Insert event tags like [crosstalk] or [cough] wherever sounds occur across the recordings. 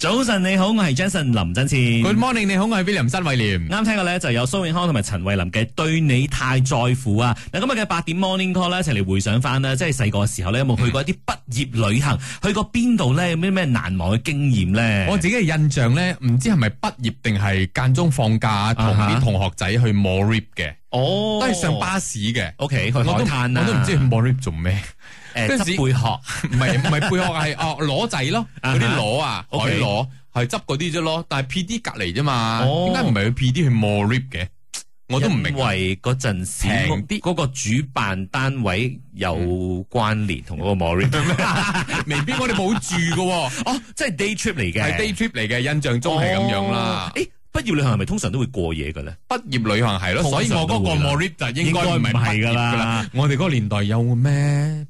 早晨你好，我係 Jason 林振前。 Good morning，你好，我係 William 新偉廉。啱聽嘅咧就有蘇永康同埋陳慧琳嘅《對你太在乎》啊！嗱，今日嘅八點 Morning Call 咧，一齊嚟回想翻啦，即係細個嘅時候咧，有冇去過一啲畢業旅行？去過邊度咧？有咩咩難忘嘅經驗咧？我自己嘅印象咧，唔知係咪畢業定係間中放假同啊哈啲同學仔去 m o r i p 嘅，哦都係上巴士嘅。 ，OK，去海我都灘啊，我都唔知去 m o r i p 做咩，誒嗰陣執時貝殼。唔係唔係貝殼 [laughs] 係哦螺仔咯，啊哈嗰啲螺啊海 OK 螺係執嗰啲啫咯，但係 P D 隔離啫嘛，哦點解唔係去 P D 去 m o r i p 嘅？我都唔明因。為嗰陣時平啲嗰個主辦單位有關聯同嗰個 Mori，嗯未必我哋冇住嘅喎，哦，即係 day trip [laughs] 嚟嘅，係 day trip 嚟嘅，印象中係咁樣哦。啦誒，畢業旅行係咪通常都會過夜嘅咧？畢業旅行係咯，通常所以我嗰個都會啦 m o r i p 就應該應唔係該唔係畢㗎業啦㗎啦。我哋嗰個年代有咩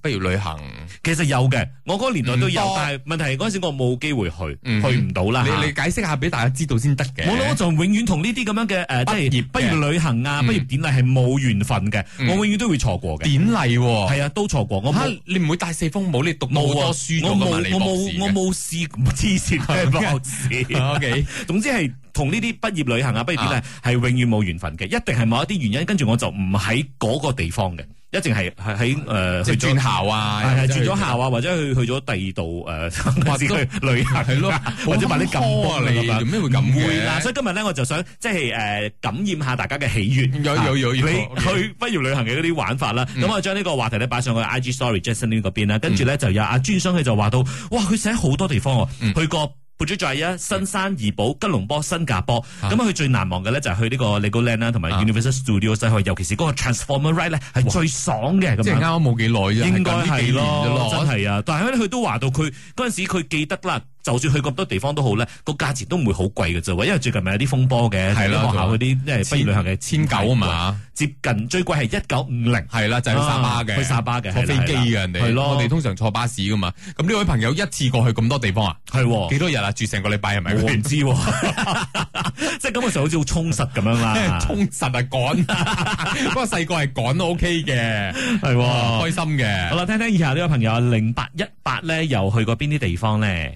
畢業旅行？其實有嘅，我嗰個年代都唔有多，但係問題係嗰陣時我冇機會去，嗯去唔到啦你嚇你解釋下俾大家知道先得嘅。我我就永遠同呢啲咁樣嘅誒，呃即係畢業嘅畢業旅行啊、嗯畢業典禮係冇緣分嘅，嗯我永遠都會錯過嘅。典禮喎，係啊，都錯過，我嚇冇你唔會帶四封帽，你讀到好冇啊多書咗我㗎冇嘛？你我博士冇我冇試黐線嘅博士。 [laughs] 嘅 [laughs] OK，總之係同呢啲畢業旅行啊、畢業典禮係永遠冇緣分嘅，一定係某一啲原因，跟住我就唔喺嗰個地方嘅，一定係係喺誒即 [laughs] 去咗係轉校啊，係係又或者轉去咗校啊，或者去去咗第二度 [laughs] 誒，或哇者都去旅行係咯， [laughs] 或者好話你坎坷咁啊你做咩會咁嘅會啦，所以今日咧我就想即係誒感染下大家嘅喜悅。嗯有有有有嗯你 OK 去畢業旅行嘅嗰啲玩法啦，咁我將呢個話題咧擺上去 IG Story Jason 呢嗰邊嗯啦，跟住咧就有阿專商佢就話到，哇佢寫好多地方喎，嗯去過。布吉寨啊、新山、怡保、吉隆坡、新加坡，啊咁佢最難忘嘅咧就係去呢個 Legoland 啦，同埋啊 Universal Studios 去，尤其是嗰個 Transformer Ride 咧係最爽嘅咁即係樣啱。啱冇幾耐啫，應應該該係係咯咯，，真係啊！但係咧，佢都話到佢嗰陣時，佢記得啦，就算去咁多地方都好咧，個價錢都唔會好貴嘅啫喎。因為最近咪有啲風波嘅，係啦啲學校嗰啲即係畢業旅行嘅千九啊，嘛。接近最貴係一九五零。係啦，就係去沙巴嘅，啊去沙巴嘅坐係啦飛機嘅人哋，係咯我哋通常坐巴士噶嘛。咁呢位朋友一次過去咁多地方啊，係喎幾多日啊？住成個禮拜係咪？我唔知喎， [laughs] 即係咁嘅時候好似好充實咁樣啦， [laughs] 充實啊趕， [laughs] 不過細個係趕都 OK 嘅，係喎開。心好嘅。啦，聽聽以下呢位朋友零八一八咧，又去過邊啲地方咧？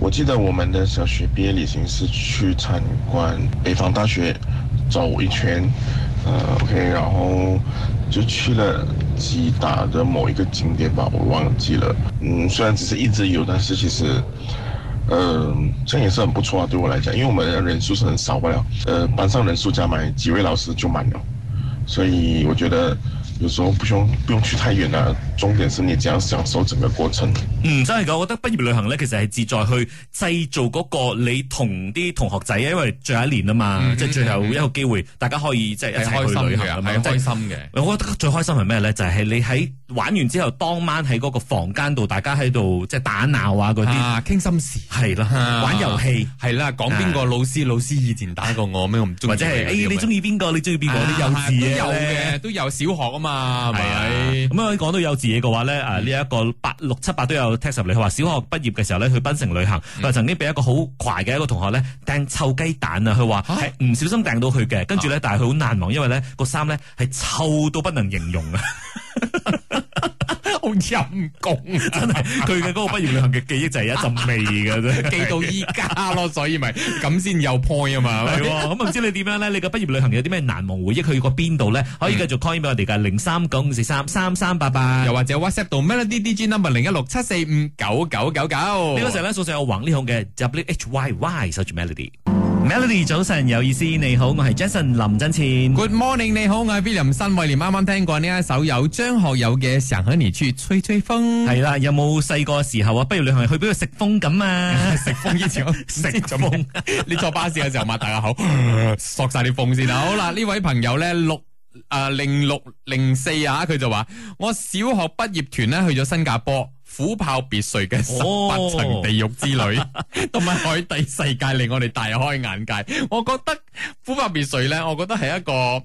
我记得我们的小学毕业旅行是去参观北方大学走一圈，呃，OK，然后就去了吉打的某一个景点吧，我忘记了。嗯，虽然只是一日游，但是其实，呃，这样也是很不错啊，对我来讲，因为我们的人数是很少不了，呃，班上人数加满几位老师就满了，所以我觉得有时候不用不用去太远了，重点是你怎样享受整个过程。嗯，真係噶，我覺得畢業旅行咧，其實係志在去製造嗰個你同啲同學仔，因為最後一年啊嘛，嗯即係最後一個機會，大家可以即係一係齊開去旅行心咁嘅，係樣。即開係心嘅。我覺得最開心係咩咧？就係、你喺玩完之後，當晚喺嗰個房間度，大家喺度即係打鬧啊嗰啲，啊，傾心事係啦、啊玩遊戲係啦，講邊個老師，老師以前打過我咩，我唔中意或者係誒、哎你中意意邊個？你中意邊個？啲幼稚嘢啊都有咧嘅，。都有小學啊嘛，係係啊，咪？ [laughs] 咁啊講到幼稚嘢嘅話咧，啊呢一個八六七八都有 text 入嚟，佢話小學畢業嘅時候咧去檳城旅行，佢話曾經俾一個好怪嘅一個同學咧掟臭雞蛋啊，佢啊話嚇係唔小心掟到佢嘅，跟住咧但係佢好難忘，因為咧個衫咧係臭到不能形容啊， [laughs] 好陰公，真係佢嘅嗰個畢業旅行嘅記憶就係一陣味嘅啫，記到依家咯，所以咪咁先有 point 啊嘛。 [laughs] 係係咪喎，咁唔知你點樣咧？你嘅畢業旅行有啲咩難忘回憶？去過邊度咧？可以繼續 call in 俾我哋㗎，零三九五四三三三八八。又或者 WhatsApp 到 Melody DJ number 零一六七四五九九九九。呢個時候咧，送上有黃呢孔嘅 W H Y Y 守住 Melody。Melody 早晨有意思，你好，我係 Jason 林振前。 Good morning，你好，我係 William 新慧廉。啱啱聽過呢一首有張學友嘅《想和你去吹吹風》。係啦，有冇細個時候啊？不如旅行去邊度食風咁 [laughs] 啊？食風之前，食風。你坐巴士嘅時候擘大個口，索晒啲風先啦。好啦，呢位朋友咧六。啊，零六零四啊，佢就話：我小學畢業團咧去咗新加坡虎豹別墅嘅十八哦層地獄之旅，同埋、海底世界令我哋大開眼界。我覺得虎豹別墅咧，我覺得係一個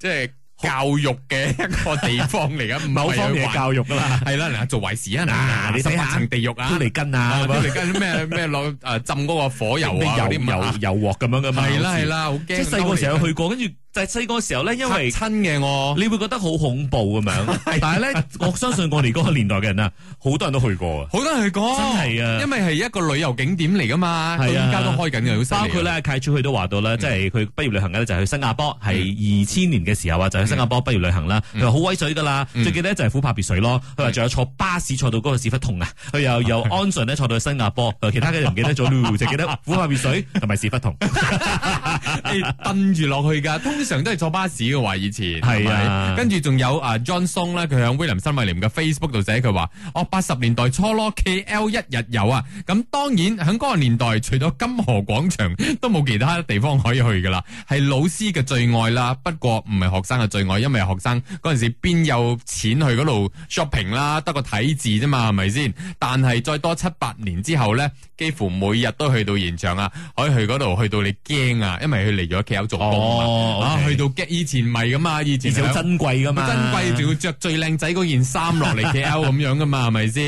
即係教育嘅一個地方嚟嘅，某方面嘅教育啦，係啦，嗱做壞事啊，嗱嗱你睇十下八層地獄啊， [laughs] 都嚟跟啊啊！咁啊啲嚟跟 [laughs] 咩咩攞誒浸嗰個火油啊，嗰啲啲油油油油鑊咁樣噶嘛？係啦好似係啦，好驚！即係細個時候去過，跟住就係細個時候咧，因為親嘅我。你會覺得好恐怖咁樣，但 [laughs] 係咧，我相信我哋嗰個年代嘅人啊，好多人都去過啊。好多人去過，真係啊因為係一個旅遊景點嚟噶嘛，到係啊依家都開緊嘅，嗯好犀利啊包括咧，契出佢都話到啦，即係佢畢業旅行咧，就去新加坡，係嗯二千年嘅時候啊，就去新加坡畢業旅行啦。佢話好威水噶啦，嗯最記得就係虎豹別水咯。佢話仲有坐巴士坐到嗰個屎忽痛啊， [laughs] 佢又由安順咧坐到去新加坡，佢話其他嘅就唔記得咗咯，就記得虎豹別水同埋屎忽痛。你蹬住落去噶，通常都係坐巴士嘅話，以前係係啊咪跟住仲有啊 John Song 咧，佢喺威廉森威廉嘅 Facebook 度寫佢話：哦，八十年代初咯，KL 一日遊啊！咁當然喺嗰個年代，除咗金河廣場，都冇其他地方可以去噶啦，係老師嘅最愛啦。不過唔係學生嘅最愛，因為學生嗰陣時邊有錢去嗰度 shopping 啦，得個睇字啫嘛，係咪先？但係再多七八年之後咧，幾乎每日都去到現場啊，可以去嗰度去到你驚啊，因為佢嚟咗 KL 做工啊。啊，哦，去到激以前唔係噶嘛，以而前且好係珍貴噶好嘛，珍貴，仲要着最靚仔嗰件衫落嚟 KL 咁樣噶嘛，係咪先？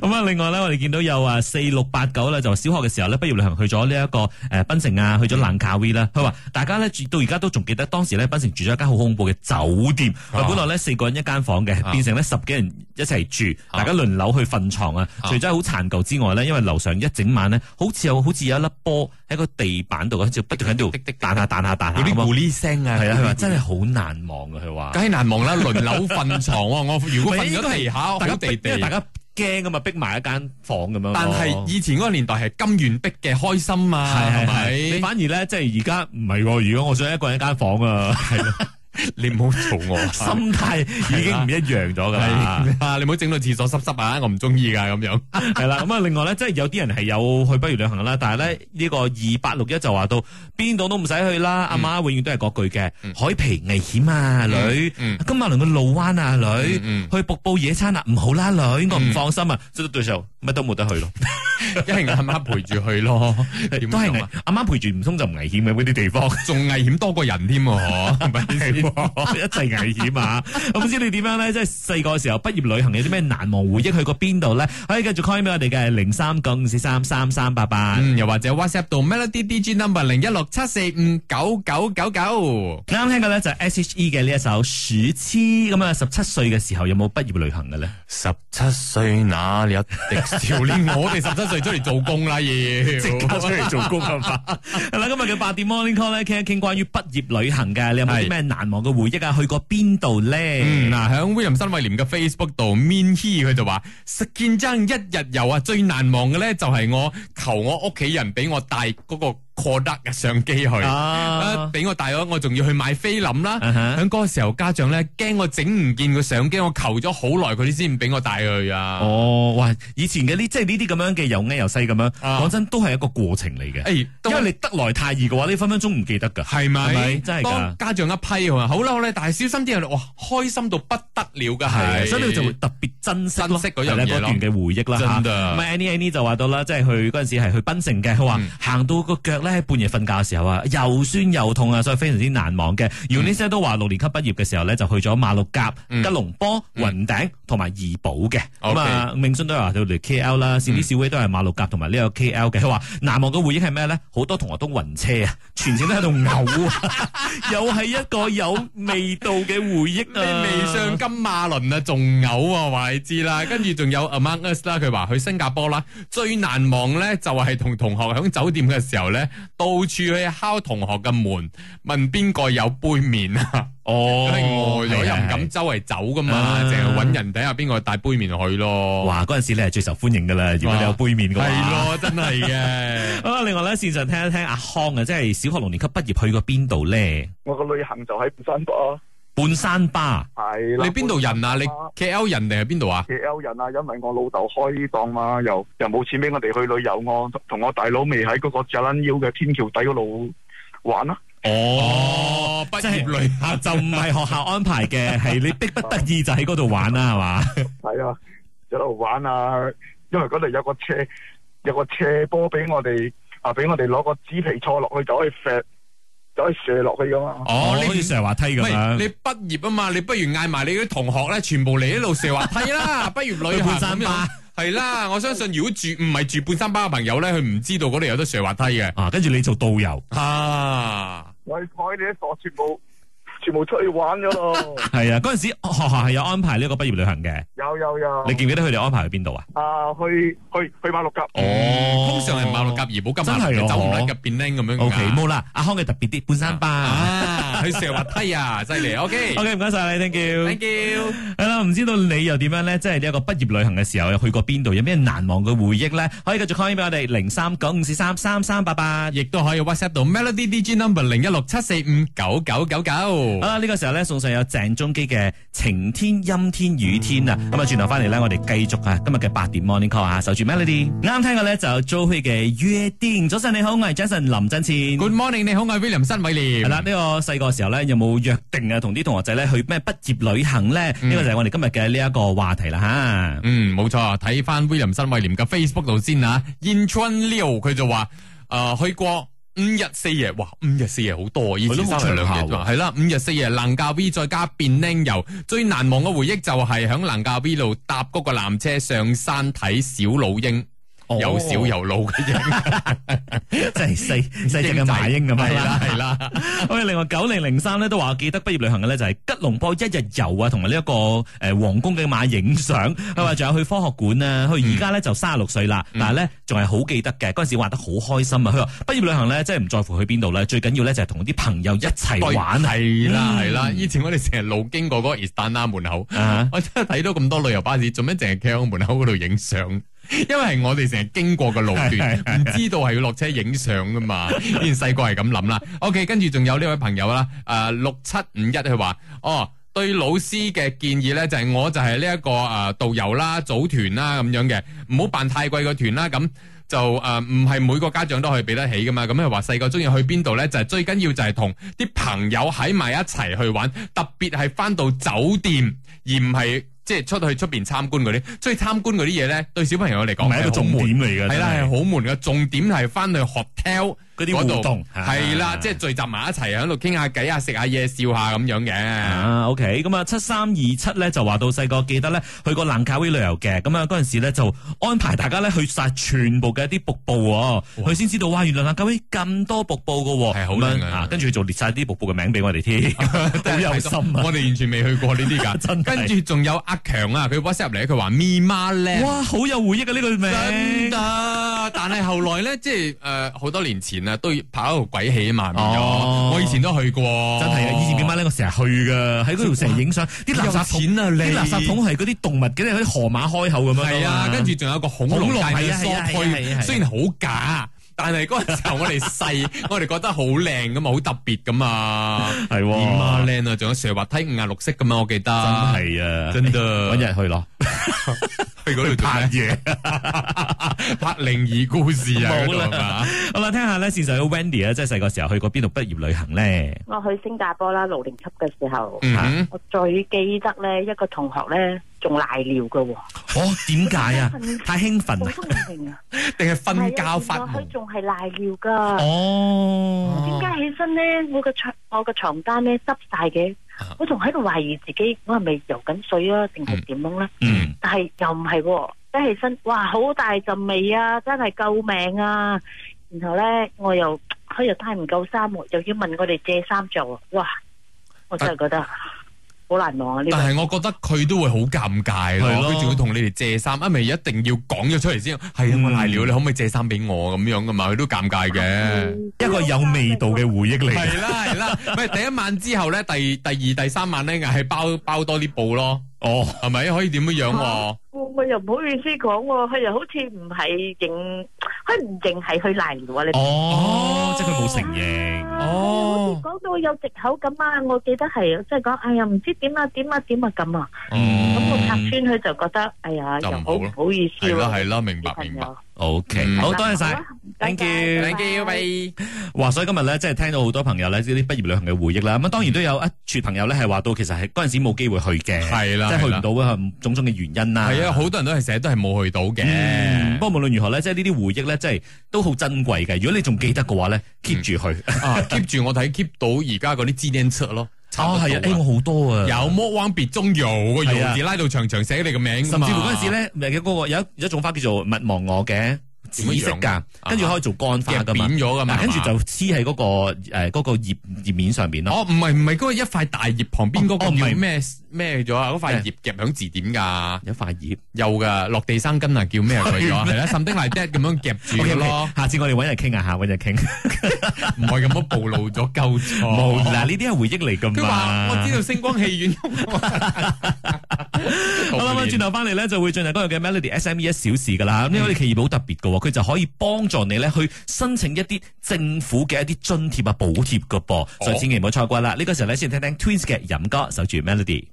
咁啊，另外咧，我哋見到有啊四六八九咧，就小學嘅時候咧，畢業旅行去咗呢一個誒檳城啊，嗯去咗蘭卡威啦。佢話大家咧住到而家都仲記得當時咧，檳城住咗一間好恐怖嘅酒店。啊本來咧四個人一間房嘅，啊變成咧十幾人一齊住，啊大家輪流去瞓床啊。啊除咗好殘舊之外咧，因為樓上一整晚咧，好似有好似有一粒波喺個地板度，就不斷喺度滴滴滴彈下彈下彈下有啲咁啊咕哩聲啊，係啊，佢話真係係好難忘啊！佢話。梗係難忘啦，輪流瞓床喎，我如果瞓咗地下，好大家逼地因為大地。家驚啊嘛，逼埋一間房咁樣。但係以前嗰個年代係金元碧嘅開心啊，係咪？你反而咧，即係而家唔係喎。如果我想一個人一間房啊，你唔好嘈我 [laughs] 啊，心態已經唔一樣咗㗎啦。係啊，你唔好整到廁所濕濕啊，我唔中意噶咁樣。係啦，咁啊，另外咧，即係有啲人係有去不如旅行啦，但係咧呢個二八六一就話到邊度都唔使去啦，阿媽永遠都係嗰句嘅，海皮危險啊，女，嗯金馬倫嘅路灣啊，女，嗯去瀑布野餐啊，唔好啦，女，我唔放心啊，即係到時候乜都冇得去咯，一係阿媽陪住去咯，都都係危阿媽陪住唔通就唔危險嘅嗰啲地方。仲危險多過人添喎，係咪係先喎 [laughs] 一齊危險啊！我唔知你點樣咧，即係細個嘅時候畢業旅行有啲咩難忘回憶？去過邊度咧？可以繼續 call 俾我哋嘅零三九五四三三三八八。嗯，又或者 WhatsApp 到 Melody DJ number 零一六七四五九九九九。啱聽嘅咧就係 S.H.E 嘅呢一首《暑痴》咁啊，十七歲嘅時候有冇畢業旅行嘅咧？十七歲 [laughs] 那有迪少年，我哋十七歲出嚟做工啦，要出嚟做工係嘛？係啦，今日嘅八點 Morning Call 咧，傾一傾關於畢業旅行嘅，你有冇啲係咩難忘嘅回憶啊？去過邊度咧？嗯，嗱，響 William 新威廉嘅 Facebook 度，Min He 佢就話食見爭一日遊啊，最難忘嘅咧就係我求我屋企人俾我帶嗰個 Kodak 嘅相機去。啊啊，俾我帶咗，我仲要去買菲林啦。啊哈喺嗰個時候，家長咧驚我整唔見個相機，我求咗好耐，佢哋先俾我帶去啊。哦，哇！以前嘅呢，即係呢啲咁樣嘅又矮又細咁樣，啊講真都係一個過程嚟嘅。誒，都因為你得來太易嘅話，你分分鐘唔記得噶。係係咪咪？真係㗎當家長一批啊，好啦好啦，但係小心啲人，哇，開心到不得了噶，係，所以你就會特別珍惜咯珍惜嗰樣嘢咯係啦段嘅回憶啦真㗎嚇咁啊 Annie Annie 就話到啦，即係去嗰陣時係去檳城嘅，佢話嗯行到個腳咧，半夜瞓覺嘅時候啊，又酸又痛啊，所以非常之難忘嘅。u n i s 都話六年級畢業嘅時候咧，就去咗馬六甲、嗯吉隆坡、嗯雲頂同埋怡保嘅。咁啊，明信都有話到嚟 K L 啦，善啲嗯小威都係馬六甲同埋呢個 K L 嘅。佢話難忘嘅回憶係咩咧？好多同學都暈車啊， [laughs] 全程都喺度嘔啊， [laughs] 又係一個有味道嘅回憶你啊！未上金馬倫啊，仲嘔啊，話你知 [laughs] 啦。跟住仲有 Among Us 啦，佢話去新加坡啦，最難忘咧就係同同學喺酒店嘅時候咧，到處去敲同學嘅門，問邊個有杯麵啊？哦 [laughs] 因為餓咗又唔敢周圍走噶嘛，啊淨係揾人睇下邊個帶杯麵去咯。哇！嗰陣時你係最受歡迎噶啦，如果你有杯面嘅話。係。咯，真係 [laughs] 嘅。好啦，另外咧，線上聽一聽阿康啊，即係小學六年級畢業去過邊度咧？我個旅行就喺半山坡，半山巴係啦。你邊度人啊？你 K L 人定係邊度啊？ K L 人啊？因為我老豆開檔嘛，又又冇錢俾我哋去旅遊，我同我大佬未喺嗰個 Jalan 腰嘅天橋底嗰度玩啊啦、哦，畢即係業旅啊，就唔係學校安排嘅，係你逼不得已就喺嗰度玩啦，係嘛？係啊，喺度玩啊，因為嗰度有個斜有個斜坡俾我哋啊，俾我哋攞個紙皮坐落去就可以射，就可以射落去噶嘛。哦哦，，好你似上滑梯咁喂，樣。你畢業啊嘛，你不如嗌埋你啲同學咧，全部嚟一路射滑梯 [laughs] 啦，畢業旅去行半咁山樣巴。係啦，我相信如果住唔係住半山巴嘅朋友咧，佢唔知道嗰度有得射滑梯嘅。啊，跟住你做導遊。啊，我哋坐喺啲索全部全部出去玩咗咯，係啊，嗰阵时学校係有安排呢一個畢業旅行嘅，有有有，你記唔記得佢哋安排去邊度啊？啊去去去馬六甲，哦通常係馬六甲怡寶金馬真係嘅喎走唔甩嘅變拎咁樣 O 㗎 K，冇啦，阿康嘅特別啲，半山巴。啊，佢成日滑梯啊，犀利，OK，thank [laughs] O K，唔該晒你，thank you。 you。係啦，唔知道你又點樣咧？即係呢一個畢業旅行嘅時候，又去過邊度？有咩難忘嘅回憶咧？可以繼續 call in 俾我哋零三九五四三三三八八。亦都可以 WhatsApp 到 Melody DJ number 零一六七四五九九九九好。啦，呢個時候咧送上有鄭中基嘅晴天、陰天、雨天啊！咁啊，轉頭翻嚟咧，我哋繼續啊今日嘅八點 morning call 啊，守住 melody。啱聽嘅咧就 Joey 嘅約定。早晨你好，我係 Jason 林振前。 Good morning，你好，我係 William 新偉廉。係啦，呢、個細個時候咧，有冇約定啊，同啲同學仔咧去咩畢業旅行咧？呢、個就係我哋今日嘅呢一個話題啦吓。嗯，冇錯，睇翻 William 新偉廉嘅 Facebook 度先啊。燕春 Leo 佢就話诶、呃去過五日四夜，哇，五日四夜好多，啊以係前咯好三日兩長日效喎係啦，五日四夜能教 V 再加變靚遊，最難忘嘅回憶就係響能教 V 度搭嗰個纜車上山睇小老鷹，哦有小有老嘅鷹， [laughs] 真係細細只嘅馬英咁樣係啦 [laughs] 啦。係啦。喂，另外九零零三咧都話記得畢業旅行嘅咧就係吉隆坡一日遊啊，同埋呢一個诶皇宮嘅馬影相，佢話仲有去科學館啊，佢而家咧就三十六歲啦，但係咧仲係好記得嘅，嗰阵时玩得好開心啊！佢話畢業旅行咧真係唔在乎去邊度咧，最緊要咧就係同啲朋友一齊玩啊！系啦嗯系啦，以前我哋成日路經過嗰個 Istana 門口啊，我真係睇到咁多旅遊巴士，做咩淨係企喺門口嗰度影相？ [laughs] 因為係我哋成日經過嘅路段，唔知道係要落車影相噶嘛。以前細個係咁諗啦。OK，跟住仲有呢位朋友啦，诶六七五一佢話哦。對老師嘅建議咧，就係我就係呢一個誒導遊啦、組團啦咁樣嘅，唔好辦太貴嘅團啦咁。就誒唔係每個家長都可以俾得起噶嘛，咁佢話細個中意去邊度咧，就係、最緊要就係同啲朋友喺埋一齊去玩，特別係翻到酒店而唔係即係出去出邊參觀嗰啲，所以參觀嗰啲嘢咧對小朋友嚟講唔係一個重點係好悶嚟嘅係啦係真係好悶嘅，重點係翻去 hotel 嗰啲活動啊嗰度係啦，即係聚集埋一齊喺度傾下偈啊，食下嘢笑下咁樣嘅。啊，OK，咁啊，七三二七咧就話到細個記得咧去過蘭卡威旅遊嘅，咁啊嗰陣時咧就安排大家咧去晒全部嘅一啲瀑布喎，佢先知道哇，原來蘭卡威咁多瀑布嘅喎，係好咁樣靚啊啊，跟住佢就列晒啲瀑布嘅名俾我哋 [laughs] 添， [laughs] 好有心啊！我哋完全未去過呢啲㗎。 [laughs] 真係跟住仲有阿強啊，佢 WhatsApp 嚟，佢話咪媽咧。哇，好有回憶啊呢個真名，噶，但係後來咧，即係诶好多年前啊，都拍一個鬼戲啊嘛，變咗哦我以前都去過，真係啊！以前點解咧？我成日去噶，喺嗰度成日影 [laughs] 相，啲垃圾桶有錢啊你啲垃圾桶係嗰啲動物嘅，啲好似河馬開口咁樣㗎嘛。係啊，跟住仲有個恐龍恐龍界係嘅啊疏係啊係啊係啊係區，啊雖然好假。但係嗰陣時候我哋細，我哋覺得好靚噶嘛，好特別噶 [laughs] 嘛，係喎點啊靚啊，仲有斜滑梯五顏六色噶嘛，我記真得係啊，真㗎搵日去咯，去嗰度做拍咩嘢。 [laughs] 拍靈異故事啊，嗰度係嘛好啦，聽下咧，線上嘅 Wendy 啊，即係細個時候去過邊度畢業旅行咧？我去新加坡啦，六年級嘅時候，嗯哼我最記得咧一個同學咧仲賴尿嘅喎，哦，點解啊？太興好奮啊！聰明啊！定係瞓覺係發啊原來佢夢？仲係賴尿哦噶。哦，啊點解起身咧？我個床我個床單咧濕晒嘅啊，我仲喺度懷疑自己我係咪游緊水啊，定係點樣咧？嗯，但係又唔係喎，一起身哇好大陣味啊，真係救命啊！然後咧我又佢又帶唔夠衫喎，又要問我哋借衫着喎，哇！我真係覺得好難忘啊呢個。但係我覺得佢都會好尷尬係咯，咯佢仲要同你哋借衫，啊咪一定要講咗出嚟先。係啊，嗯我賴尿，你可唔可以借衫俾我咁樣噶嘛？佢都尷 [laughs] 尬嘅。一個有味道嘅回憶嚟。係啦係啦，咪第一晚之後咧，第第二第三晚咧，硬係包包多啲布咯。哦，係咪可以點樣樣喎？我我又唔好意思講喎，佢又好似唔係認，佢唔認係去賴尿啊！你哦，即係佢冇承認。哦講到有藉口咁啊！我記得係即係講，哎呀唔知點啊點啊點啊咁啊，咁嗯我拆穿嗯，佢就覺得，哎呀就又唔好好啦唔好意思係啦喎，係啦，明白小朋明白。友 OK，嗯好多謝晒好。啦唔該 Thank 晒 you 拜拜 Thank you，喂。哇，所以今日咧，即係聽到好多朋友咧，呢啲畢業旅行嘅回憶啦。咁啊，當然都有一撮朋友咧係話到，其實係嗰陣時冇機會去嘅，係啦即係去係啦唔到啊，種種嘅原因啦。係啊，好多人都係成日都係冇去到嗯嘅。不過無論如何咧，即係呢啲回憶咧，即係都好珍貴嘅。如果你仲記得嘅話咧，keep 住去。啊，keep 住我睇 keep 到而家嗰啲資料出咯。差哦，唔 [laughs] 多係啊，誒，我好多啊，有魔灣別中游個係啊游字拉到長長寫你個名㗎甚嗯嘛，至乎嗰陣時咧，咪有嗰個有一有一種花叫做勿忘我嘅，紫色點樣樣㗎，跟住可以做乾花㗎嘛扁。咗噶嘛，嗱，跟住就黐喺嗰個诶嗰個葉葉面上邊咯。哦，唔係唔係嗰個一塊大葉旁邊嗰個哦哦唔係叫咩咩咗啊？嗰塊葉夾響字典㗎，有塊葉。有㗎，落地生根啊，叫咩 [laughs] 佢咗？係啦，something like that 咁樣夾住 OK，OK，咯，下次我哋揾人傾啊下，下揾人傾。唔係咁樣暴露咗鳩 [laughs] 錯。冇嗱，呢啲係回憶嚟㗎 [laughs] 佢話嘛。我知道星光戲院。好啦， [laughs] 好嗯咁啊轉頭翻嚟咧，就會進入今日嘅 Melody SME 一小時噶啦。咁呢個企業好特別嘅喎，佢就可以幫助你咧去申請一啲政府嘅一哦啲津貼啊、補貼嘅噃。所以千祈唔好錯過啦。呢個時候咧，先聽聽 Twins 嘅飲歌，守住 Melody。